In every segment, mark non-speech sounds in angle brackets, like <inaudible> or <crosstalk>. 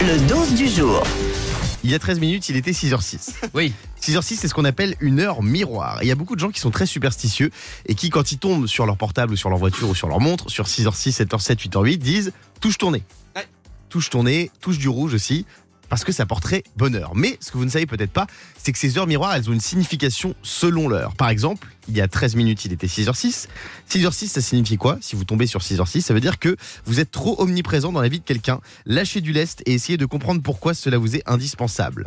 Le 12 du jour. Il y a 13 minutes, il était 6h06. Oui. 6h06, c'est ce qu'on appelle une heure miroir. Et il y a beaucoup de gens qui sont très superstitieux et qui, quand ils tombent sur leur portable ou sur leur voiture ou sur leur montre, sur 6h06, 7h07, 8h08, disent touche ton nez. Ouais. Touche ton nez, touche du rouge aussi, parce que ça porterait bonheur. Mais ce que vous ne savez peut-être pas, c'est que ces heures miroirs, elles ont une signification selon l'heure. Par exemple, il y a 13 minutes, il était 6h06. 6h06, ça signifie quoi Si vous tombez sur 6h06, ça veut dire que vous êtes trop omniprésent dans la vie de quelqu'un. Lâchez du lest et essayez de comprendre pourquoi cela vous est indispensable.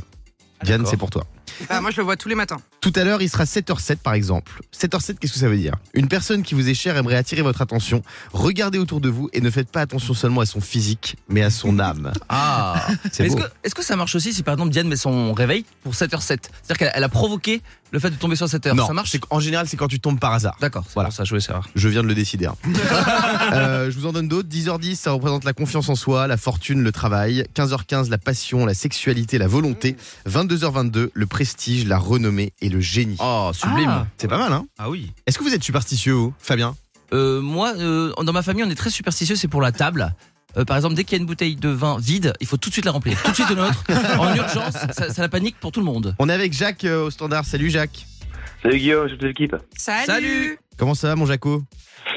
Diane, d'accord. c'est pour toi. Ah, moi, je le vois tous les matins. Tout à l'heure, il sera 7h07 par exemple. 7h07, qu'est-ce que ça veut dire Une personne qui vous est chère aimerait attirer votre attention. Regardez autour de vous et ne faites pas attention seulement à son physique, mais à son âme. Ah Mais C'est Est-ce beau. que, est-ce que ça marche aussi si par exemple Diane met son réveil pour 7h07 C'est-à-dire qu'elle elle a provoqué le fait de tomber sur 7h. Non, ça marche Bah. c'est qu'en général, c'est quand tu tombes par hasard. D'accord, c'est Voilà. pour ça je voulais savoir. Je viens de le décider. hein. <laughs> Euh, je vous en donne d'autres. 10h10, ça représente la confiance en soi, la fortune, le travail. 15h15, la passion, la sexualité, la volonté. 22h22, le prestige, la renommée et le génie. Oh, sublime Ah. C'est pas mal, hein Ah oui Est-ce que vous êtes superstitieux, vous, Fabien Euh, Moi, euh, dans ma famille, on est très superstitieux, c'est pour la table. Euh, par exemple, dès qu'il y a une bouteille de vin vide, il faut tout de suite la remplir. Tout de suite une <laughs> autre, en urgence, ça, ça la panique pour tout le monde. On est avec Jacques euh, au standard. Salut Jacques. Salut Guillaume, toute l'équipe. Salut, Salut. Comment ça va, mon Jaco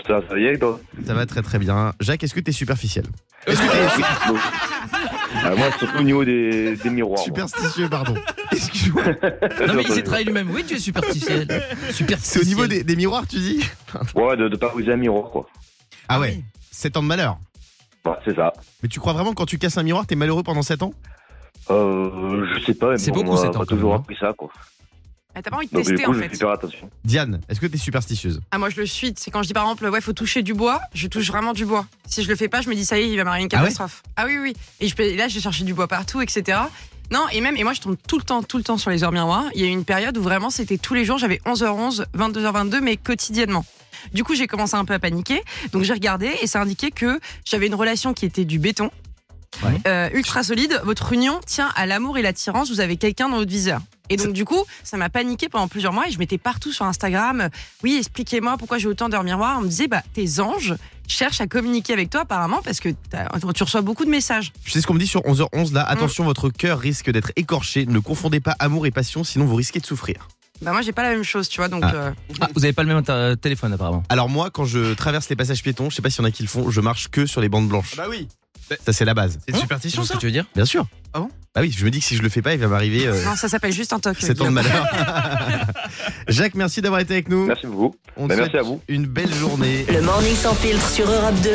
Ça va, ça va bien <laughs> avec toi Ça va très très bien. Jacques, est-ce que t'es superficiel Bon. Ah, Moi, surtout au niveau des, des miroirs. moi. Superstitieux, pardon. Excuse-moi. Non mais il s'est trahi lui-même. Oui, tu es superstitiel. C'est Superstitiel. au niveau des, des miroirs, tu dis Ouais, de, de pas briser un miroir, quoi. Ah ouais, 7 ans de malheur. Ouais, c'est ça. Mais tu crois vraiment que quand tu casses un miroir, t'es malheureux pendant 7 ans Euh, je sais pas, mais C'est bon, beaucoup, on cet m'a temps, pas quand toujours même, hein. appris ça, quoi. Ah, T'as pas envie de Donc, du tester coup, en je fais fait. faire attention. Diane, est-ce que t'es superstitieuse Ah, moi, je le suis. C'est quand je dis par exemple, ouais, faut toucher du bois, je touche vraiment du bois. Si je le fais pas, je me dis, ça y est, il va m'arriver une Ah ouais catastrophe. Ah, oui, oui. Et je, peux- et là, je vais chercher du bois partout, etc. Non, et même, et moi, je tombe tout le temps, tout le temps sur les heures miroirs. Il y a eu une période où vraiment, c'était tous les jours, j'avais 11h11, 22h22, mais quotidiennement. Du coup, j'ai commencé un peu à paniquer. Donc, j'ai regardé et ça indiquait que j'avais une relation qui était du béton. Ouais. Euh, ultra solide, votre union tient à l'amour et l'attirance, vous avez quelqu'un dans votre viseur. Et donc du coup, ça m'a paniqué pendant plusieurs mois et je mettais partout sur Instagram, euh, oui, expliquez-moi pourquoi j'ai autant d'heures miroirs. On me disait, bah, tes anges cherchent à communiquer avec toi apparemment parce que t'as- tu reçois beaucoup de messages. Je sais ce qu'on me dit sur 11h11 Mm. là. Attention, votre cœur risque d'être écorché. Ne confondez pas amour et passion, sinon vous risquez de souffrir. Bah moi, j'ai pas la même chose, tu vois, donc... Ah. euh, Ah, vous avez pas le même euh, téléphone apparemment. Alors moi, quand je traverse les passages piétons, je sais pas s'il y en a qui le font, je marche que sur les bandes blanches. Bah oui. Ça c'est la base. C'est une superstition C'est ce ça que tu veux dire Bien sûr. Ah bon Bah oui, je me dis que si je le fais pas, il va m'arriver <laughs> euh, Non, ça s'appelle juste un toc. 7 ans de Guillaume. malheur. <laughs> Jacques, merci d'avoir été avec nous. Merci beaucoup. On Bah, te merci souhaite à vous. Une belle journée. Le morning sans filtre sur Europe 2.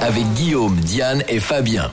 avec Guillaume, Diane et Fabien.